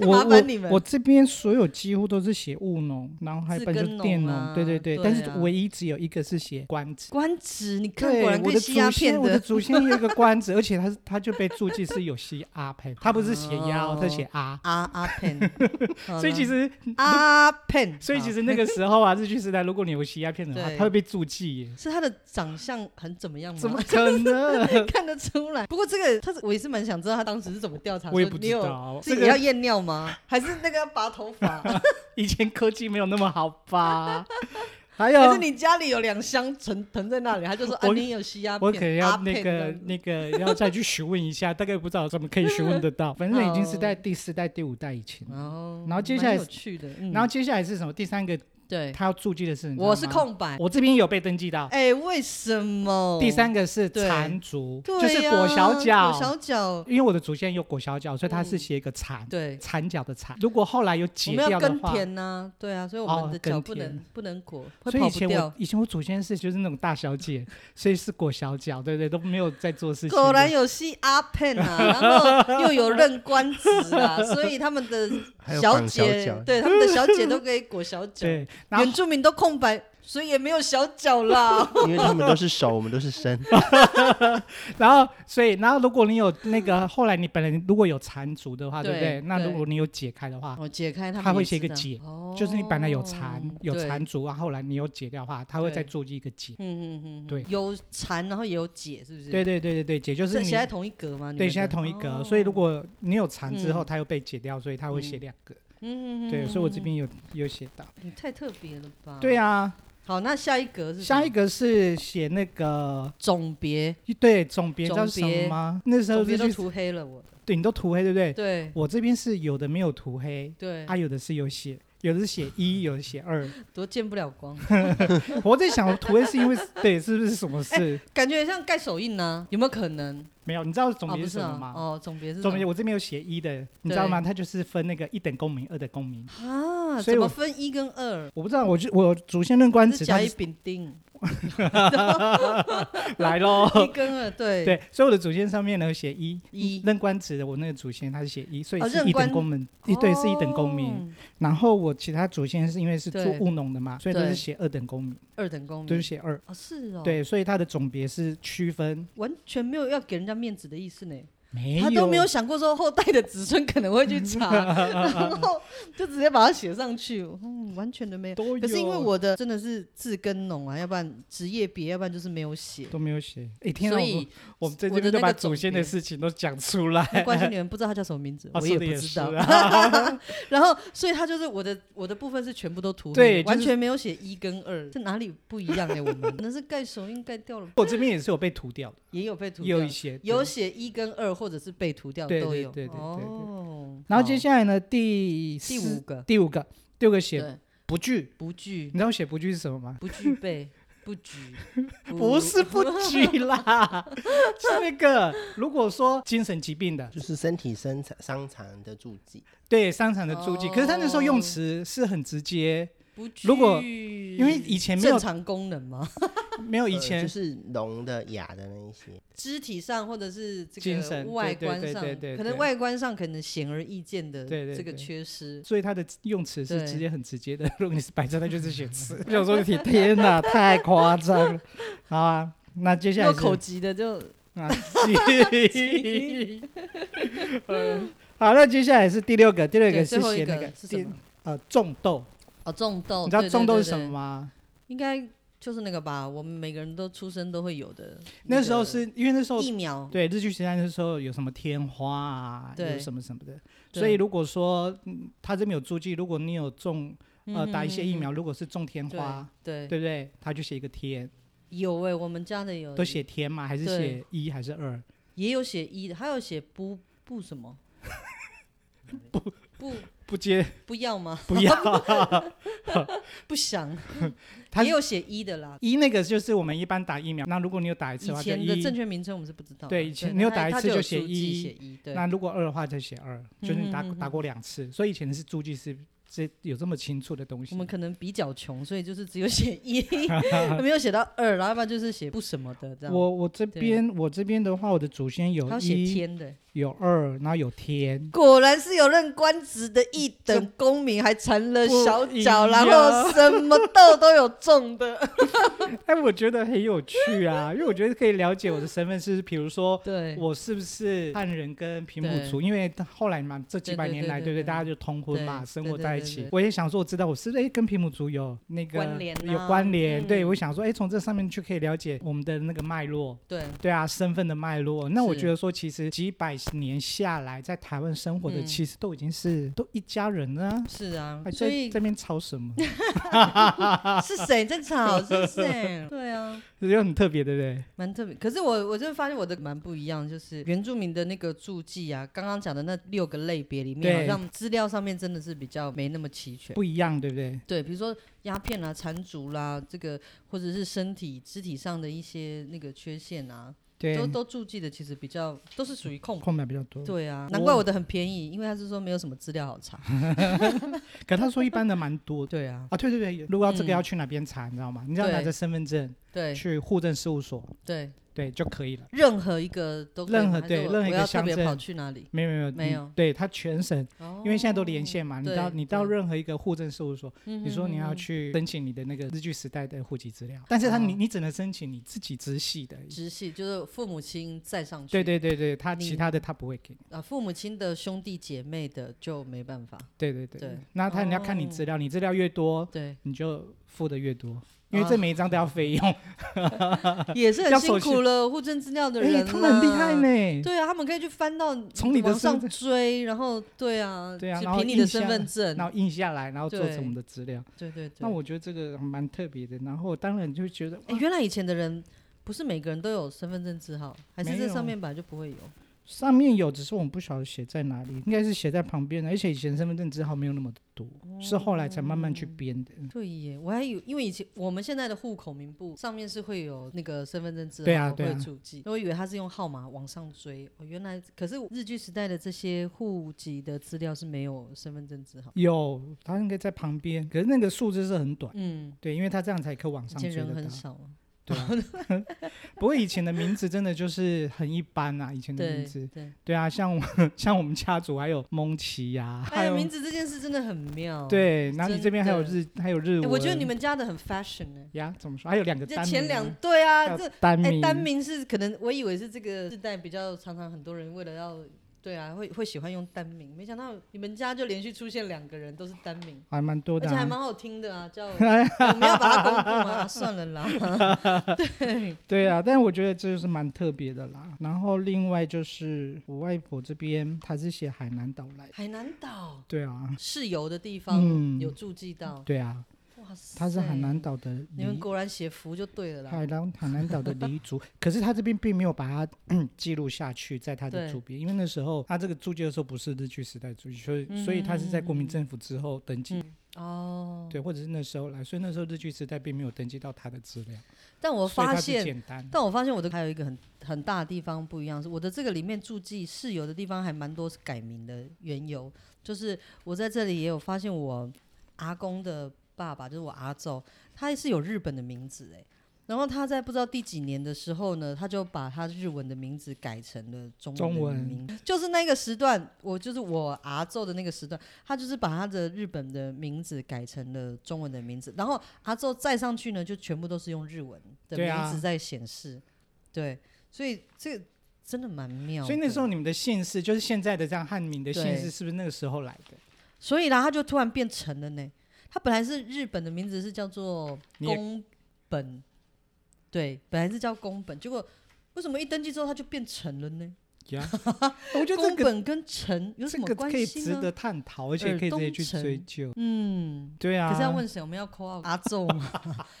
Speaker 1: 我
Speaker 2: 麻烦你们
Speaker 1: 我我这边所有几乎都是写务农，然后还有一半就是佃
Speaker 2: 自耕
Speaker 1: 农，
Speaker 2: 农啊
Speaker 1: 对对对，
Speaker 2: 对啊
Speaker 1: 但是唯一只有一个是写官职。
Speaker 2: 官职，你看
Speaker 1: 对，
Speaker 2: 果然
Speaker 1: 我
Speaker 2: 跟
Speaker 1: 的
Speaker 2: 吸鸦
Speaker 1: 祖
Speaker 2: 片
Speaker 1: 先，我的祖先有一个官职，而 且他是他就被注记是有吸阿配，他不是写鸭哦，
Speaker 2: 哦
Speaker 1: 他写阿，
Speaker 2: 啊啊片， 好
Speaker 1: 所以
Speaker 2: 了
Speaker 1: 其实
Speaker 2: 啊片，
Speaker 1: 所以
Speaker 2: 好
Speaker 1: 其实那个时候啊，日据时代，如果你有吸鸦片的话，
Speaker 2: 对
Speaker 1: 他会被注记耶，
Speaker 2: 是他的长相很怎么样吗？
Speaker 1: 怎么可能？
Speaker 2: 看得出来？不过这个他是我也是蛮想知道他当时是怎么调查，
Speaker 1: 我也
Speaker 2: 说
Speaker 1: 不
Speaker 2: 你
Speaker 1: 知
Speaker 2: 有
Speaker 1: 道，
Speaker 2: 自
Speaker 1: 这
Speaker 2: 己要
Speaker 1: 个啊
Speaker 2: 验 尿吗？还是那个要拔头发？
Speaker 1: 以前科技没有那么好 吧？还有
Speaker 2: 还是你家里有两箱囤囤在那里？他就说啊，
Speaker 1: 我
Speaker 2: 你有吸鸦片，
Speaker 1: 我可能
Speaker 2: 鸦
Speaker 1: 要那
Speaker 2: 片这
Speaker 1: 个
Speaker 2: 样子
Speaker 1: 那个要再去询问一下，大概不知道怎么可以询问得到。 反正已经是在第四代、第五代以前。
Speaker 2: 哦，
Speaker 1: 然后接下来
Speaker 2: 蛮有趣的，嗯
Speaker 1: 然后接下来是什么？第三个
Speaker 2: 对，
Speaker 1: 他要注记的是，你知道
Speaker 2: 我是
Speaker 1: 吗，
Speaker 2: 空白，
Speaker 1: 我这边有被登记到。
Speaker 2: 哎，为什么？
Speaker 1: 第三个是
Speaker 2: 对
Speaker 1: 缠足，
Speaker 2: 哦对
Speaker 1: 就是
Speaker 2: 呀
Speaker 1: 裹小脚
Speaker 2: 裹。小脚，
Speaker 1: 因为我的祖先有裹小脚，所以他是
Speaker 2: 嗯
Speaker 1: 写一个缠，
Speaker 2: 对，
Speaker 1: 缠脚的缠。如果后来有
Speaker 2: 我
Speaker 1: 解
Speaker 2: 们
Speaker 1: 掉
Speaker 2: 要
Speaker 1: 的
Speaker 2: 耕
Speaker 1: 话，
Speaker 2: 田呐，对啊，所以我
Speaker 1: 哦
Speaker 2: 们的脚
Speaker 1: 耕
Speaker 2: 不能
Speaker 1: 田
Speaker 2: 不能裹，会
Speaker 1: 所以
Speaker 2: 跑
Speaker 1: 以
Speaker 2: 不
Speaker 1: 前我
Speaker 2: 掉。
Speaker 1: 以前我祖先是就是那种大小 姐，所以是裹小脚，对对，都没有在做事情的。
Speaker 2: 果然有吸阿片啊， 然后又有任官职啊， 所以他们的
Speaker 3: 还有绑小
Speaker 2: 姐，
Speaker 3: 脚
Speaker 2: 对他们的小姐都可以裹小 脚，
Speaker 1: 对，然后
Speaker 2: 原住民都空白，所以也没有小脚啦。
Speaker 3: 因为他们都是手，我们都是身。
Speaker 1: 然后，所以，然后，如果你有那个 后来你本人如果有缠足的话，对不
Speaker 2: 对
Speaker 1: 对？
Speaker 2: 哦
Speaker 1: 那如
Speaker 2: 对
Speaker 1: 果你有解开的话，
Speaker 2: 我解开他们
Speaker 1: 他
Speaker 2: 也
Speaker 1: 会写一
Speaker 2: 知
Speaker 1: 个
Speaker 2: 道
Speaker 1: 解，就是你本来有缠
Speaker 2: 哦
Speaker 1: 有
Speaker 2: 对
Speaker 1: 缠足啊，后来你有解掉的话，他会再
Speaker 2: 对
Speaker 1: 注记一个解。
Speaker 2: 嗯嗯嗯，嗯
Speaker 1: 对
Speaker 2: 有缠，然后也有解，是不是？
Speaker 1: 对，对对对对，解就是
Speaker 2: 是
Speaker 1: 你
Speaker 2: 写在同一格吗？你
Speaker 1: 对
Speaker 2: 们
Speaker 1: 现在
Speaker 2: 的
Speaker 1: 同一格，
Speaker 2: 哦
Speaker 1: 所以如果你有缠之后，
Speaker 2: 嗯
Speaker 1: 它又被解掉，所以他会写
Speaker 2: 嗯
Speaker 1: 两个。
Speaker 2: 嗯嗯嗯，
Speaker 1: 对，
Speaker 2: 嗯
Speaker 1: 所以我这
Speaker 2: 嗯
Speaker 1: 边有有写到。
Speaker 2: 嗯你太特别了吧？
Speaker 1: 对
Speaker 2: 啊。
Speaker 1: 啊，
Speaker 2: 好，那下一格是
Speaker 1: 下一
Speaker 2: 个
Speaker 1: 个是写那个
Speaker 2: 总别，
Speaker 1: 对总别
Speaker 2: 总
Speaker 1: 叫什么
Speaker 2: 别
Speaker 1: 吗？那时候
Speaker 2: 总别
Speaker 1: 日
Speaker 2: 都
Speaker 1: 剧
Speaker 2: 涂黑了我的。
Speaker 1: 对你都涂黑对不对？
Speaker 2: 对
Speaker 1: 我这边是有的没有涂黑，
Speaker 2: 对，
Speaker 1: 啊，有的是有写，有的是写一，有的写二。
Speaker 2: 多见不了光。
Speaker 1: 我在想，涂黑是因为对，是不是什么 事？
Speaker 2: 感觉像盖手印呢、有没有可能？
Speaker 1: 没有，你知道总
Speaker 2: 哦，
Speaker 1: 别
Speaker 2: 不
Speaker 1: 是
Speaker 2: 是
Speaker 1: 什么
Speaker 2: 啊，
Speaker 1: 吗？
Speaker 2: 哦，总别是
Speaker 1: 总别
Speaker 2: 什么
Speaker 1: 我这边有写一的，你知道吗？它就是分那个一等公民、二等公民。
Speaker 2: 啊，
Speaker 1: 所以
Speaker 2: 怎
Speaker 1: 我
Speaker 2: 么分一跟二？
Speaker 1: 我不知道，我就我主线论官
Speaker 2: 是
Speaker 1: 职，
Speaker 2: 甲
Speaker 1: 它
Speaker 2: 乙
Speaker 1: 是
Speaker 2: 丙丁，
Speaker 1: 来 喽。
Speaker 2: 一跟二，对，
Speaker 1: 对，所以我的主线上面呢写一，
Speaker 2: 一
Speaker 1: 任官职的我那个主线它是写一，所以
Speaker 2: 哦
Speaker 1: 是
Speaker 2: 任
Speaker 1: 一
Speaker 2: 官
Speaker 1: 等公民，一对是一等公民。
Speaker 2: 哦，
Speaker 1: 然后我其他主线是因为是做
Speaker 2: 对
Speaker 1: 务农的嘛，所以都是
Speaker 2: 对
Speaker 1: 写二等公民，
Speaker 2: 二等公民，
Speaker 1: 都是写二。
Speaker 2: 啊，是哦，，
Speaker 1: 对，所以它的总别是区分，
Speaker 2: 完全没有要给人家面子的意思呢，
Speaker 1: 没有，
Speaker 2: 他都没有想过说后代的子孙可能会去查， 然后就直接把它写上去，嗯，完全的没有。
Speaker 1: 都有。
Speaker 2: 可是因为我的真的是自耕农啊，要不然职业别，要不然就是没有写，
Speaker 1: 都没有写。哎、天啊，
Speaker 2: 所
Speaker 1: 我
Speaker 2: 以
Speaker 1: 们我们在
Speaker 2: 我
Speaker 1: 这
Speaker 2: 的
Speaker 1: 边都
Speaker 2: 那
Speaker 1: 把
Speaker 2: 个
Speaker 1: 祖
Speaker 2: 总
Speaker 1: 先的
Speaker 2: 结
Speaker 1: 事情都讲出来，
Speaker 2: 没关系，你们不知道他叫什么名字，
Speaker 1: 啊
Speaker 2: 我
Speaker 1: 说
Speaker 2: 也
Speaker 1: 的
Speaker 2: 不
Speaker 1: 也
Speaker 2: 知
Speaker 1: 是
Speaker 2: 道。
Speaker 1: 啊
Speaker 2: 然后，所以他就是我的我的部分是全部都涂黑的，
Speaker 1: 对
Speaker 2: 完
Speaker 1: 就是
Speaker 2: 全没有写一跟二，这哪里不一样欸呢？我们 可能是盖手印盖掉了，
Speaker 1: 我这边也是有被涂掉的，
Speaker 2: 也有被涂
Speaker 1: 也有
Speaker 2: 掉
Speaker 1: 一，些
Speaker 2: 有
Speaker 1: 对
Speaker 2: 写一跟二，或者是被涂掉
Speaker 1: 对
Speaker 2: 都
Speaker 1: 对
Speaker 2: 有。
Speaker 1: 对对对对
Speaker 2: 哦，
Speaker 1: 然后
Speaker 2: 好
Speaker 1: 接下来呢，第
Speaker 2: 第
Speaker 1: 四
Speaker 2: 五个
Speaker 1: 第五个第五个写
Speaker 2: 对
Speaker 1: 不具，
Speaker 2: 不具
Speaker 1: 你知道写不具是什么吗？
Speaker 2: 不具备不举
Speaker 1: 不是不具 啦，是那个如果说精神疾病的，
Speaker 3: 就是身体身残伤残的注记，
Speaker 1: 对伤残的注记。可是他那时候用
Speaker 2: 哦
Speaker 1: 词是很直接，
Speaker 2: 不具，
Speaker 1: 如果
Speaker 2: 因
Speaker 1: 因为以前没有
Speaker 2: 正常功能嘛，
Speaker 1: 没哦有以
Speaker 3: 呃
Speaker 1: 前
Speaker 3: 就是聋的、哑的那一些，
Speaker 2: 肢体上或者是这
Speaker 1: 精神
Speaker 2: 个
Speaker 1: 对
Speaker 2: 外
Speaker 1: 对
Speaker 2: 观
Speaker 1: 对
Speaker 2: 上
Speaker 1: 对对，
Speaker 2: 可
Speaker 1: 对
Speaker 2: 能外观上可能显而易见的
Speaker 1: 对对
Speaker 2: 这个
Speaker 1: 对
Speaker 2: 缺失。
Speaker 1: 所以它的用词是
Speaker 2: 对
Speaker 1: 直接很直接的。如果你是白痴，那就是写词。 我想说，天哪，太夸张了。好啊，那接下
Speaker 2: 有
Speaker 1: 来
Speaker 2: 口
Speaker 1: 是
Speaker 2: 疾的就
Speaker 1: 啊， 嗯好，那接下来是第六个，第六
Speaker 2: 对
Speaker 1: 个
Speaker 2: 最
Speaker 1: 是
Speaker 2: 后
Speaker 1: 写
Speaker 2: 一
Speaker 1: 那
Speaker 2: 个
Speaker 1: 个
Speaker 2: 是什
Speaker 1: 第
Speaker 2: 么？
Speaker 1: 呃种豆，
Speaker 2: 哦，种豆，
Speaker 1: 你知道
Speaker 2: 对
Speaker 1: 种豆是？什
Speaker 2: 对对
Speaker 1: 么
Speaker 2: 对
Speaker 1: 吗？
Speaker 2: 应该就是那个吧，我们每个人都出生都会有的。
Speaker 1: 那时候
Speaker 2: 个
Speaker 1: 是因为那时候
Speaker 2: 疫苗，
Speaker 1: 对日剧时代那时候有什么天花啊，有
Speaker 2: 对
Speaker 1: 什么什么的，
Speaker 2: 对
Speaker 1: 所以如果说嗯他这边有注记，如果你有种呃
Speaker 2: 嗯
Speaker 1: 打一些疫，
Speaker 2: 嗯
Speaker 1: 苗，如果是种天
Speaker 2: 嗯嗯
Speaker 1: 花，
Speaker 2: 对
Speaker 1: 对不对？他就写一个天。
Speaker 2: 有哎、我们家的有
Speaker 1: 都写天吗？还是
Speaker 2: 对
Speaker 1: 写一还是二？
Speaker 2: 也有写一的，还有写不不什 么不不
Speaker 1: 不接
Speaker 2: 不要吗？
Speaker 1: 不要，
Speaker 2: 不想
Speaker 1: 他
Speaker 2: 也有写一的啦。
Speaker 1: 一，那个就是我们一般打疫苗。那如果你有打一次
Speaker 2: 以
Speaker 1: 的话，就
Speaker 2: 前的
Speaker 1: 一
Speaker 2: 正确名称我们是不知道的。
Speaker 1: 对以前你有
Speaker 2: 它
Speaker 1: 打一
Speaker 2: 它
Speaker 1: 次
Speaker 2: 就
Speaker 1: 就
Speaker 2: 有
Speaker 1: 写
Speaker 2: 注记
Speaker 1: 一
Speaker 2: 写一。对，
Speaker 1: 那如果二的话就写二，就是你打
Speaker 2: 嗯哼嗯哼
Speaker 1: 打过两次，所以以前是注记是这有这么清楚的东西
Speaker 2: 我。们可能比较穷，所以就是只有写 一，没有写到二，然后要不然就是写不什么的这样。
Speaker 1: 我我这边我这边的话，我的祖先有
Speaker 2: 他写
Speaker 1: 一
Speaker 2: 天的，
Speaker 1: 有二，然后有天，
Speaker 2: 果然是有任官职的一等公民，还缠了
Speaker 1: 不
Speaker 2: 小
Speaker 1: 一
Speaker 2: 脚，然后
Speaker 1: 样
Speaker 2: 什么豆都有 种的。
Speaker 1: 哎，我觉得很有趣啊，因为我觉得可以了解我的身份是，比如说
Speaker 2: 对，
Speaker 1: 我是不是汉人跟平埔族？因为后来嘛，这几百年来，
Speaker 2: 对
Speaker 1: 对
Speaker 2: 对对
Speaker 1: 对，
Speaker 2: 对
Speaker 1: 大家就通婚嘛，
Speaker 2: 对
Speaker 1: 生活在一起
Speaker 2: 对对对对。
Speaker 1: 我也想说，我知道我是不是哎跟平埔族有那个
Speaker 2: 关联啊
Speaker 1: 有关联？
Speaker 2: 嗯
Speaker 1: 对，我想说，哎，从这上面去可以了解我们的那个脉络。
Speaker 2: 对，
Speaker 1: 对啊，身份的脉络。那我
Speaker 2: 是
Speaker 1: 觉得说，其实几百年下来，在台湾生活的，
Speaker 2: 嗯
Speaker 1: 其实都已经是、都一家人了、啊。
Speaker 2: 是啊
Speaker 1: 还，
Speaker 2: 所
Speaker 1: 在
Speaker 2: 以
Speaker 1: 这边吵什么？
Speaker 2: 是谁在吵？是谁？ 对啊。
Speaker 1: 就很特别，对不对？
Speaker 2: 蛮特别，可是我我就发现我的蛮不一样，就是原住民的那个注记啊，刚刚讲的那六个类别里面，
Speaker 1: 对
Speaker 2: 好像资料上面真的是比较没那么齐全。
Speaker 1: 不一样，对不对？
Speaker 2: 对，比如说鸦片啦、缠足啦，这个或者是身体肢体上的一些那个缺陷啊，
Speaker 1: 对
Speaker 2: 都，都注记的其实比较都是属于空白。
Speaker 1: 空白比较多。
Speaker 2: 对啊，
Speaker 1: 我
Speaker 2: 难怪我的很便宜，因为他是说没有什么资料好 查。
Speaker 1: 可他说一般的蛮多的。
Speaker 2: 对啊，
Speaker 1: 啊，对对对，如果要这
Speaker 2: 嗯
Speaker 1: 个要去哪边查，你知道吗？你只要拿
Speaker 2: 对
Speaker 1: 着身份证
Speaker 2: 对
Speaker 1: 去户政事务所，
Speaker 2: 对，
Speaker 1: 对就可以了。
Speaker 2: 任何一个都可以
Speaker 1: 任
Speaker 2: 吗
Speaker 1: 何
Speaker 2: 还是
Speaker 1: 对
Speaker 2: 我
Speaker 1: 任何一
Speaker 2: 我
Speaker 1: 个
Speaker 2: 要特
Speaker 1: 乡
Speaker 2: 别
Speaker 1: 镇
Speaker 2: 跑去哪里？哦
Speaker 1: 没有没有
Speaker 2: 没有
Speaker 1: 嗯对他全省，因为现在都连线嘛，你
Speaker 2: 对
Speaker 1: 到你到
Speaker 2: 对
Speaker 1: 任何一个户政事务所，
Speaker 2: 你
Speaker 1: 你说你要去申请你的那个日据时代的户籍资料，但是他你
Speaker 2: 哦
Speaker 1: 你只能申请你自己直系的，
Speaker 2: 直系，就是父母亲再上去。
Speaker 1: 对对对对，他
Speaker 2: 你
Speaker 1: 其他的他不会给你，
Speaker 2: 啊，父母亲的兄弟姐妹的就没办法。
Speaker 1: 对对对
Speaker 2: 对哦
Speaker 1: 那他你要看你资料，你资料越多，
Speaker 2: 对，
Speaker 1: 你就付的越多，因
Speaker 2: 啊
Speaker 1: 为这每一张都要费 用，
Speaker 2: 也是很
Speaker 1: 要
Speaker 2: 辛
Speaker 1: 手
Speaker 2: 苦了，户政资料的
Speaker 1: 哎，
Speaker 2: 人、啊
Speaker 1: 他们很厉害。呢，
Speaker 2: 对啊，他们可以去翻到
Speaker 1: 从你的
Speaker 2: 往
Speaker 1: 身
Speaker 2: 上
Speaker 1: 份
Speaker 2: 追，然后对啊，
Speaker 1: 对啊
Speaker 2: 就
Speaker 1: 然后
Speaker 2: 凭你的
Speaker 1: 印象
Speaker 2: 身份证，
Speaker 1: 然后印下来，然后做
Speaker 2: 对
Speaker 1: 成我们的资料。
Speaker 2: 对对嗯对。
Speaker 1: 那我觉得这个蛮特别的，然后当然就觉得，啊
Speaker 2: 哎、
Speaker 1: 哇
Speaker 2: 原来以前的人不是每个人都有身份证字号，还是
Speaker 1: 没
Speaker 2: 这上
Speaker 1: 有
Speaker 2: 面本来就不会有？
Speaker 1: 上面有，只是我们不晓得写在哪里，应该是写在旁边的，而且以前身份证字号没有那么多，是后来才慢慢去编的。
Speaker 2: 对耶，我还以为因为以前我们现在的户口名簿上面是会有那个身份证字号
Speaker 1: 对啊对
Speaker 2: 会
Speaker 1: 啊
Speaker 2: 注记，我以为他是用号码往上追，哦，原来可是日据时代的这些户籍的资料是没有身份证字号，
Speaker 1: 有，它应该在旁边，可是那个数字是很短，
Speaker 2: 嗯，
Speaker 1: 对，因为它这样才可以往
Speaker 2: 以
Speaker 1: 上
Speaker 2: 前
Speaker 1: 追
Speaker 2: 人
Speaker 1: 得
Speaker 2: 很
Speaker 1: 到。
Speaker 2: 少啊，
Speaker 1: 对啊、不过以前的名字真的就是很一般啊，以前的名
Speaker 2: 对
Speaker 1: 字，
Speaker 2: 对，
Speaker 1: 对啊，像我像我们家族还有蒙奇呀、 还
Speaker 2: 哎呀，
Speaker 1: 有
Speaker 2: 名字这件事真的很妙，哎，
Speaker 1: 对，然后你
Speaker 2: 真
Speaker 1: 这边还有
Speaker 2: 的哎
Speaker 1: 日还有日文，
Speaker 2: 我觉得你们家的很 fashion 呢、
Speaker 1: 呀怎么说？还有两个
Speaker 2: 就
Speaker 1: 单名啊，
Speaker 2: 前两对啊，
Speaker 1: 还
Speaker 2: 这
Speaker 1: 有单
Speaker 2: 哎、
Speaker 1: 名，
Speaker 2: 单名是可能我以为是这个世代比较常常很多人为了要对啊会会喜欢用单名，没想到你们家就连续出现两个人都是单名，
Speaker 1: 还蛮多
Speaker 2: 而
Speaker 1: 的、
Speaker 2: 且
Speaker 1: 啊，
Speaker 2: 还蛮好听的啊， 叫我们要把它公布吗？啊算了啦，对，
Speaker 1: 对啊，但我觉得这就是蛮特别的啦。然后另外就是我外婆这边，她是写海南岛来的，
Speaker 2: 海南岛
Speaker 1: 对啊，
Speaker 2: 是游的地方、
Speaker 1: 嗯
Speaker 2: 有注记到，
Speaker 1: 对啊，
Speaker 2: 哇塞，
Speaker 1: 她是海南，岛的
Speaker 2: 你们
Speaker 1: 黎，
Speaker 2: 果然写福就对了啦，
Speaker 1: 海南海南岛的黎族， 可是她这边并没有把它嗯记录下去，在她的
Speaker 2: 对
Speaker 1: 注边，因为那时候她这个注记的时候不是日据时代注记，所以、
Speaker 2: 嗯
Speaker 1: 所以她是在国民政府之后登记，
Speaker 2: 哦，
Speaker 1: 对，或者是那时候来，所以那时候日据时代并没有登记到她的资料，
Speaker 2: 但我
Speaker 1: 所以
Speaker 2: 发
Speaker 1: 她是
Speaker 2: 现
Speaker 1: 简单，
Speaker 2: 但我发现我的还有一个很很大的地方不一样，是我的这个里面注记是有的地方还蛮多是改名的缘由，就是我在这里也有发现我阿公的爸爸，就是我阿昼，他是有日本的名字哎、然后他在不知道第几年的时候呢，他就把他日文的名字改成了中文
Speaker 1: 中
Speaker 2: 的
Speaker 1: 文
Speaker 2: 名字，就是那个时段，我就是我阿昼的那个时段，他就是把他的日本的名字改成了中文的名字，然后阿昼再上去呢，就全部都是用日文的
Speaker 1: 对啊
Speaker 2: 名字在显示，对，所以这个真的蛮妙的。
Speaker 1: 所以那时候你们的县市就是现在的这样汉民的县
Speaker 2: 对
Speaker 1: 市，是不是那个时候来的？
Speaker 2: 所以啦，他就突然变成了呢。他本来是日本的名字是叫做
Speaker 1: 你也
Speaker 2: 宫本，对，本来是叫宫本，结果为什么一登记之后他就变成了呢？
Speaker 1: 呀，我觉得
Speaker 2: 宫
Speaker 1: 这个
Speaker 2: 本跟城有什
Speaker 1: 这
Speaker 2: 么
Speaker 1: 个
Speaker 2: 关
Speaker 1: 可以
Speaker 2: 系
Speaker 1: 值
Speaker 2: 呢？
Speaker 1: 得探讨，而且
Speaker 2: 尔
Speaker 1: 可以直接
Speaker 2: 东
Speaker 1: 去追
Speaker 2: 城
Speaker 1: 究。
Speaker 2: 嗯，
Speaker 1: 对啊，
Speaker 2: 可是要问谁？我们要扣 out 阿 仲吗？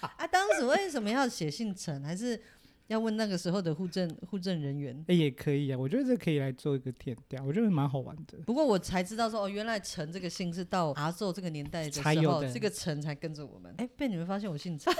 Speaker 2: 啊，当时为什么要写姓陈？还是要问那个时候的户政户政人员？
Speaker 1: 诶也可以啊，我觉得这可以来做一个填调，我觉得蛮好玩的。
Speaker 2: 不过我才知道说，哦，原来陈这个姓是到阿宙这个年代的时
Speaker 1: 才有
Speaker 2: 候，
Speaker 1: 的
Speaker 2: 这个陈才跟着我们。哎，被你们发现我姓陈，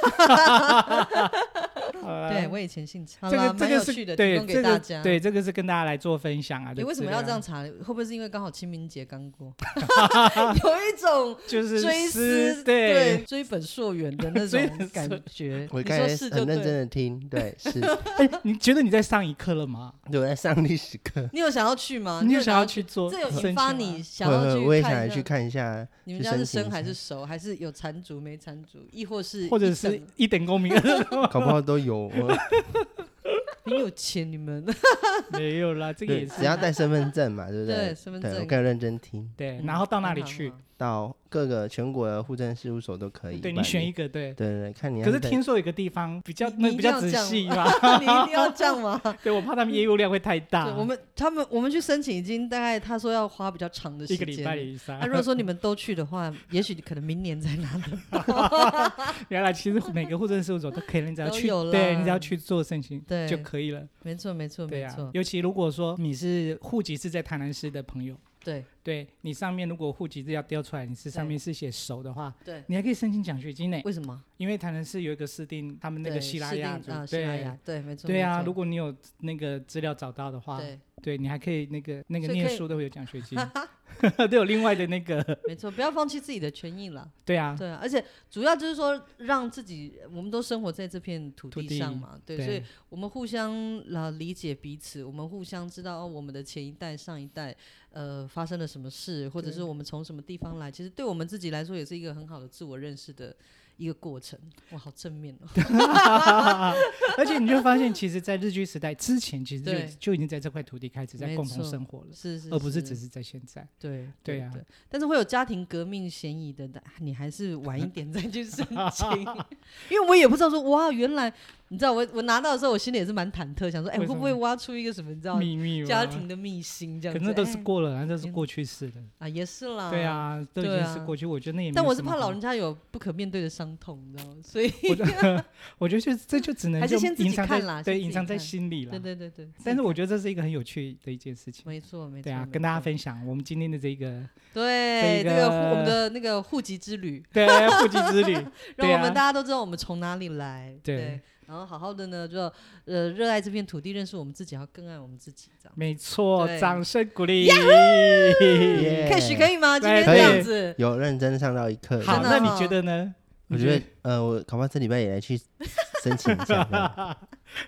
Speaker 1: 好啦
Speaker 2: 对我以前姓陈。好
Speaker 1: 呃这
Speaker 2: 啦
Speaker 1: 个这
Speaker 2: 蛮
Speaker 1: 个
Speaker 2: 有
Speaker 1: 是
Speaker 2: 趣的，提
Speaker 1: 对
Speaker 2: 供
Speaker 1: 这
Speaker 2: 给大
Speaker 1: 个
Speaker 2: 家。
Speaker 1: 对啊这个是跟大家来做分享啊。
Speaker 2: 你
Speaker 1: 的
Speaker 2: 为什
Speaker 1: 资
Speaker 2: 么要
Speaker 1: 料
Speaker 2: 这样？查？会不会是因为刚好清明节刚 过，有一种
Speaker 1: 就是
Speaker 2: 追
Speaker 1: 思
Speaker 2: 思
Speaker 1: 对，
Speaker 2: 追本溯源的 那
Speaker 1: 追本
Speaker 2: 种
Speaker 1: 溯
Speaker 2: 感觉？
Speaker 3: 我
Speaker 2: 你
Speaker 3: 刚
Speaker 2: 说
Speaker 3: 才
Speaker 2: 是就
Speaker 3: 很
Speaker 2: 对
Speaker 3: 认真
Speaker 2: 了。
Speaker 3: 的听，对，是，
Speaker 1: 哎，你觉得你在上一课了吗？
Speaker 3: 对，我在上历史课，
Speaker 2: 你有想要去吗？
Speaker 1: 你
Speaker 2: 啊有
Speaker 1: 有想
Speaker 2: 要
Speaker 1: 要？去做
Speaker 2: 这有
Speaker 1: 申
Speaker 2: 引发
Speaker 1: 请吗
Speaker 2: 你 想要
Speaker 3: 我
Speaker 2: 去？
Speaker 3: 我也
Speaker 2: 看
Speaker 3: 想
Speaker 2: 一
Speaker 3: 来
Speaker 2: 下
Speaker 3: 去看一下，
Speaker 2: 你们
Speaker 3: 去
Speaker 2: 家是
Speaker 3: 申请
Speaker 2: 生
Speaker 3: 一
Speaker 2: 还
Speaker 3: 下
Speaker 2: 是熟，还是有缠足没缠足，亦或是
Speaker 1: 或者
Speaker 2: 一
Speaker 1: 是
Speaker 2: 等
Speaker 1: 一等公民
Speaker 3: 搞不好都有。我
Speaker 2: 很有钱你们
Speaker 1: 没有啦，这个也
Speaker 3: 对，
Speaker 1: 是
Speaker 3: 只要带身份证嘛，对 不
Speaker 2: 对
Speaker 3: 对？
Speaker 2: 身份
Speaker 3: 对，我
Speaker 2: 证
Speaker 3: 更认真听，
Speaker 1: 对。
Speaker 2: 嗯
Speaker 1: 然后到哪里
Speaker 2: 很好
Speaker 1: 去
Speaker 2: 很？好
Speaker 3: 到各个全国的户政事务所都可以。
Speaker 1: 对你
Speaker 3: 不然
Speaker 1: 选一，个对。
Speaker 3: 对对对，看你要
Speaker 1: 可是
Speaker 3: 在
Speaker 1: 听说有个地方比较
Speaker 2: 你
Speaker 1: 那
Speaker 2: 你
Speaker 1: 比
Speaker 2: 一定
Speaker 1: 较
Speaker 2: 要
Speaker 1: 仔
Speaker 2: 这样
Speaker 1: 细
Speaker 2: 吗
Speaker 1: 吧，
Speaker 2: 你一定要这样 吗？
Speaker 1: 对我怕他们业务量会太大
Speaker 2: 对，我们他们我们去申请已经大概他说要花比较长的时
Speaker 1: 一
Speaker 2: 间
Speaker 1: 个
Speaker 2: 了，
Speaker 1: 礼拜以上
Speaker 2: 那。如果说你们都去的话，也许可能明年再拿的。
Speaker 1: 原来其实每个户政事务所都可以，你只要
Speaker 2: 都
Speaker 1: 去，
Speaker 2: 有
Speaker 1: 对，
Speaker 2: 啦
Speaker 1: 你只要去做申请
Speaker 2: 对
Speaker 1: 就可以了。
Speaker 2: 没错，没错，
Speaker 1: 对
Speaker 2: 没
Speaker 1: 啊
Speaker 2: 错，，
Speaker 1: 尤其如果说你是户籍是在台南市的朋友，
Speaker 2: 对
Speaker 1: 对你上面如果户籍资料调出来，你是上
Speaker 2: 对
Speaker 1: 面是写熟的话，
Speaker 2: 对。
Speaker 1: 你还可以申请奖学金呢，
Speaker 2: 为什么？
Speaker 1: 因为台南市有一个市定他们那个
Speaker 2: 对
Speaker 1: 希拉
Speaker 2: 是
Speaker 1: 雅
Speaker 2: 定
Speaker 1: 族
Speaker 2: 啊，，希拉
Speaker 1: 对
Speaker 2: 雅，对，没错，
Speaker 1: 对啊，
Speaker 2: 没
Speaker 1: 如
Speaker 2: 错
Speaker 1: 果你有那个资料找到的话，
Speaker 2: 对，
Speaker 1: 对你还可以那个那个
Speaker 2: 所以
Speaker 1: 念
Speaker 2: 可以
Speaker 1: 书都会有奖学 金， 都有另外的那个，
Speaker 2: 没错，不要放弃自己的权益啦。
Speaker 1: 对啊，
Speaker 2: 对啊，而且主要就是说，让自己，我们都生活在这片土
Speaker 1: 土
Speaker 2: 地上
Speaker 1: 地
Speaker 2: 嘛，对，所以我们互相呃理解彼此，我们互相知道、哦、我们的前一代、上一代呃发生了什么事，或者
Speaker 1: 对
Speaker 2: 是我们从什么地方来，其实对我们自己来说也是一个很好的自我认识的一个过程。哇，好正面哦！
Speaker 1: 而且你就发现，其实，在日据时代之前，其实就
Speaker 2: 对
Speaker 1: 就已经在这块土地开始在
Speaker 2: 没
Speaker 1: 共同
Speaker 2: 错
Speaker 1: 生活了，
Speaker 2: 是是，
Speaker 1: 而不是只是在现在。
Speaker 2: 对
Speaker 1: 对啊
Speaker 2: 但是会有家庭革命嫌疑的，你还是晚一点再去申请， 因为我也不知道说哇，原来你知道我我拿到的时候，我心里也是蛮忐忑，想说哎、
Speaker 1: 为
Speaker 2: 会
Speaker 1: 什
Speaker 2: 不会挖出一个什么你知道
Speaker 1: 秘密吗
Speaker 2: 家庭，的秘辛这样
Speaker 1: 可
Speaker 2: 子？
Speaker 1: 能都是
Speaker 2: 哎
Speaker 1: 过了，然后这是
Speaker 2: 天
Speaker 1: 过去式的。
Speaker 2: 啊，也是啦，
Speaker 1: 对。啊，都已
Speaker 2: 对
Speaker 1: 经是
Speaker 2: 啊
Speaker 1: 过去，我觉得那也没有
Speaker 2: 但我
Speaker 1: 什
Speaker 2: 是
Speaker 1: 么
Speaker 2: 怕
Speaker 1: 好
Speaker 2: 老人家有不可面对的伤痛，你知道吗？所以，
Speaker 1: 我觉得， 我觉得就这就只能
Speaker 2: 还是
Speaker 1: 就
Speaker 2: 先自
Speaker 1: 隐
Speaker 2: 己
Speaker 1: 藏
Speaker 2: 看
Speaker 1: 在
Speaker 2: 啦
Speaker 1: 对
Speaker 2: 先自
Speaker 1: 隐
Speaker 2: 己
Speaker 1: 藏在
Speaker 2: 看
Speaker 1: 心里
Speaker 2: 对
Speaker 1: 啦。
Speaker 2: 对对对。
Speaker 1: 啊但是我觉得这是一个很有趣的一件事情。
Speaker 2: 没错没错，
Speaker 1: 对啊，
Speaker 2: 没
Speaker 1: 跟大家
Speaker 2: 错
Speaker 1: 分享我们今天的这个
Speaker 2: 对
Speaker 1: 这
Speaker 2: 这
Speaker 1: 个
Speaker 2: 个户我们的那个户籍之旅，
Speaker 1: 对户籍之 旅，
Speaker 2: 让
Speaker 1: 对
Speaker 2: 我
Speaker 1: 啊
Speaker 2: 们大家都知道我们从哪里来，
Speaker 1: 对
Speaker 2: 然后好好的呢，就呃热爱这片土地，认识我们自己，要更爱我们自己，这样。
Speaker 1: 没错，
Speaker 2: 对
Speaker 1: 掌声鼓励。
Speaker 3: 耶
Speaker 2: 可以许可以吗？今
Speaker 1: 对
Speaker 2: 天这样子，
Speaker 3: 有认真上到一课。
Speaker 1: 好，
Speaker 2: 真的
Speaker 1: 那你
Speaker 2: 哦
Speaker 1: 觉得呢？
Speaker 3: 我
Speaker 1: 你
Speaker 3: 觉得呃，我搞不好这礼拜也来去申请一下这样。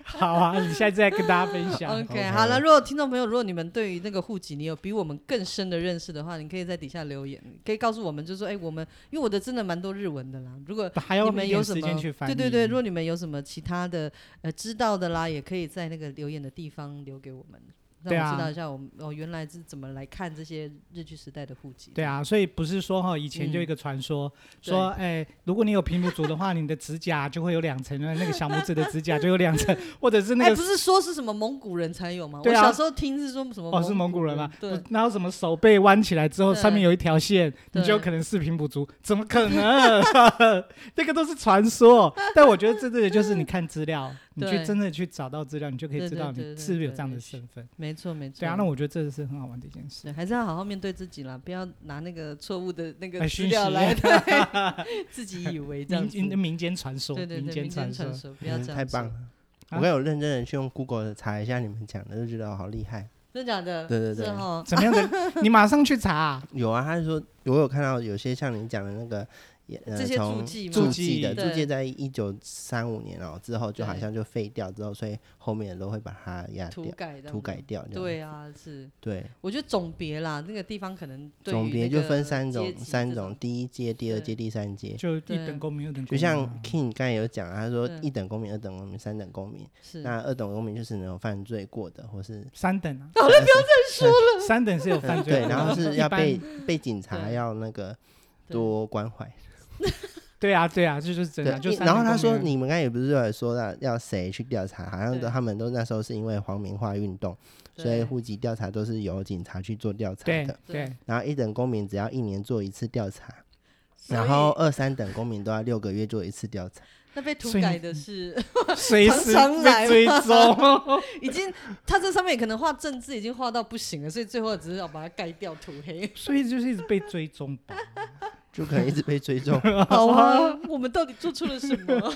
Speaker 1: 好啊，你下次再跟大家分 享。
Speaker 2: OK，
Speaker 3: OK
Speaker 2: 好了，如果听众朋友，如果你们对于那个户籍，你有比我们更深的认识的话，你可以在底下留言，可以告诉我们，就是说，哎、我们因为我的真的蛮多日文的啦，如果
Speaker 1: 还要
Speaker 2: 你
Speaker 1: 一
Speaker 2: 们
Speaker 1: 哎点
Speaker 2: 有什
Speaker 1: 时
Speaker 2: 么
Speaker 1: 间去？翻
Speaker 2: 对
Speaker 1: 译。
Speaker 2: 对对，如果你们有什么其他的呃知道的啦，也可以在那个留言的地方留给我们，让
Speaker 1: 对
Speaker 2: 我
Speaker 1: 啊
Speaker 2: 知道一下我们、哦原来是怎么来看这些日剧时代的户籍。
Speaker 1: 对啊，所以不是说哈，以
Speaker 2: 嗯
Speaker 1: 前就有一个传说，说哎，如果你有平埔族的话，你的指甲就会有两层，那个小拇指的指甲就有两层， 或者是那
Speaker 2: 哎，
Speaker 1: 个
Speaker 2: 不是说是什么蒙古人才有吗？
Speaker 1: 对
Speaker 2: 我
Speaker 1: 啊
Speaker 2: 小时候听是说什么
Speaker 1: 哦是蒙古人
Speaker 2: 吗
Speaker 1: 吗？？
Speaker 2: 对，
Speaker 1: 然后什么手背弯起来之后，
Speaker 2: 对
Speaker 1: 上面有一条线，你
Speaker 2: 对
Speaker 1: 就有可能是平埔族，怎么可能？ 这个都是传 说，但我觉得这个就是你看资料，你去
Speaker 2: 对
Speaker 1: 真的去找到资料，你就可以
Speaker 2: 对
Speaker 1: 知
Speaker 2: 对
Speaker 1: 道你
Speaker 2: 对对
Speaker 1: 是不是有
Speaker 2: 对
Speaker 1: 这样的
Speaker 2: 对
Speaker 1: 身份。
Speaker 2: 没错没错。
Speaker 1: 对啊，那我觉得这是很好玩的一件事。
Speaker 2: 对还是要好好面对自己啦，不要拿那个错误的那
Speaker 1: 哎
Speaker 2: 个
Speaker 1: 讯
Speaker 2: 资料
Speaker 1: 息
Speaker 2: 来对自己以为这样
Speaker 1: 民
Speaker 2: 子。
Speaker 1: 民民间传说，
Speaker 2: 对对对，民
Speaker 1: 间
Speaker 2: 间
Speaker 1: 传说
Speaker 2: 传。说，不要
Speaker 3: 嗯
Speaker 2: 这样。
Speaker 3: 太棒！了！
Speaker 1: 啊
Speaker 3: 我刚有认真的去用 Google 的查一下你们讲的，就觉得好厉害。
Speaker 2: 真的假的？
Speaker 3: 对对对
Speaker 2: 是 哦。
Speaker 1: 怎么样 的？你马上去查啊、
Speaker 3: 有啊，他是说我有看到有些像你讲的那个，也呃
Speaker 2: 这些
Speaker 3: 从
Speaker 2: 注记吗
Speaker 3: 注记的
Speaker 2: 注记
Speaker 3: 注
Speaker 2: 对
Speaker 3: 记在一九三五年哦之后就好像就废掉之后，所以后面都会把它压掉
Speaker 2: 涂改这样
Speaker 3: 涂改
Speaker 2: 子
Speaker 3: 掉这样。
Speaker 2: 对啊，是。
Speaker 3: 对，
Speaker 2: 我觉得总别啦，那个地方可能对于
Speaker 3: 总别
Speaker 2: 那
Speaker 3: 就
Speaker 2: 个
Speaker 3: 分三
Speaker 2: 阶
Speaker 3: 种，
Speaker 2: 级
Speaker 3: 三
Speaker 2: 这
Speaker 3: 种，第一阶、第二阶、
Speaker 2: 对嗯
Speaker 3: 第三阶。
Speaker 1: 就一
Speaker 2: 对
Speaker 1: 等公民，二等公民啊、
Speaker 3: 就像 King 刚才有讲啊，他说
Speaker 2: 对
Speaker 3: 一等公民、二等公民、三等公民。
Speaker 2: 是
Speaker 3: 那二等公民就是能有犯罪过的，或是
Speaker 1: 三等 啊，
Speaker 2: 哦
Speaker 3: 好了，不要再说了。
Speaker 1: 三等是有 犯罪的，
Speaker 3: 对，然后是
Speaker 1: 一
Speaker 3: 要
Speaker 1: 般
Speaker 3: 被被警察
Speaker 2: 对
Speaker 3: 要那个
Speaker 2: 对
Speaker 3: 多关怀。
Speaker 1: 对啊，对啊，这就是真的。就
Speaker 3: 对，
Speaker 1: 三
Speaker 3: 然后
Speaker 1: 年
Speaker 3: 他
Speaker 1: 公
Speaker 3: 说
Speaker 1: 园
Speaker 3: 你们刚才也不是有说到要谁去调查，好像
Speaker 2: 对
Speaker 3: 都他们都那时候是因为黄明化运动，所以
Speaker 2: 对
Speaker 3: 户籍调查都是由警察去做调 查
Speaker 1: 对
Speaker 3: 的。
Speaker 1: 对
Speaker 3: 然后一等公民只要一年做一次调查，
Speaker 2: 所
Speaker 3: 然
Speaker 2: 以
Speaker 3: 后二三等公民都要六个月做一次调查。
Speaker 2: 那被涂
Speaker 1: 所以
Speaker 2: 改
Speaker 1: 你
Speaker 2: 的是
Speaker 1: 随
Speaker 2: 常
Speaker 1: 时
Speaker 2: 常来
Speaker 1: 被追
Speaker 2: 嘛
Speaker 1: 踪。。
Speaker 2: 已经，他这上面可能画政治已经画到不行了，所以最后只是要把它盖掉涂黑
Speaker 1: 所以就是一直被追踪 吧。
Speaker 3: 就可能一直被追踪。
Speaker 2: 好啊，我们到底做出了什么？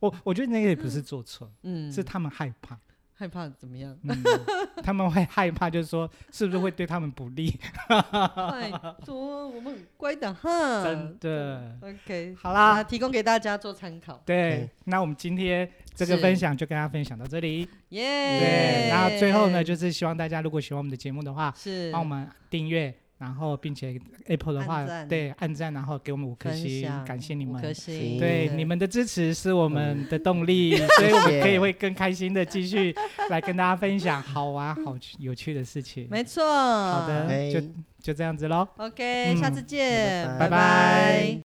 Speaker 1: 我我觉得那个也不是做错，
Speaker 2: 嗯，
Speaker 1: 是他们害 怕，
Speaker 2: 害怕怎么样？
Speaker 1: 嗯，他们会害怕，就是说是不是会对他们不利？
Speaker 2: 拜托，我们很乖的哈。
Speaker 1: 真的。
Speaker 2: OK，
Speaker 1: 好
Speaker 2: 啊，
Speaker 1: 啦，
Speaker 2: 提供给大家做参考。
Speaker 1: 对，那我们今天这个
Speaker 2: 是
Speaker 1: 分享就跟大家分享到这里。
Speaker 2: 耶、
Speaker 1: 对，然后最后呢，就是希望大家如果喜欢我们的节目的话，
Speaker 2: 是
Speaker 1: 帮我们订阅，然后并且 Apple 的话
Speaker 2: 按，赞
Speaker 1: 对，按赞，然后给我们五颗
Speaker 2: 分
Speaker 1: 星
Speaker 2: 享，
Speaker 1: 感谢你
Speaker 2: 五
Speaker 1: 们
Speaker 2: 颗。星，
Speaker 1: 对你们的支持是我们的动力，所以我们可以会更开心的继续来跟大家分享好玩、好趣有趣的事情。
Speaker 2: 没错。
Speaker 1: 好的，
Speaker 3: 哎
Speaker 1: 就就这样子喽。
Speaker 2: ，OK，、下次见，
Speaker 3: 拜
Speaker 1: 拜
Speaker 2: 拜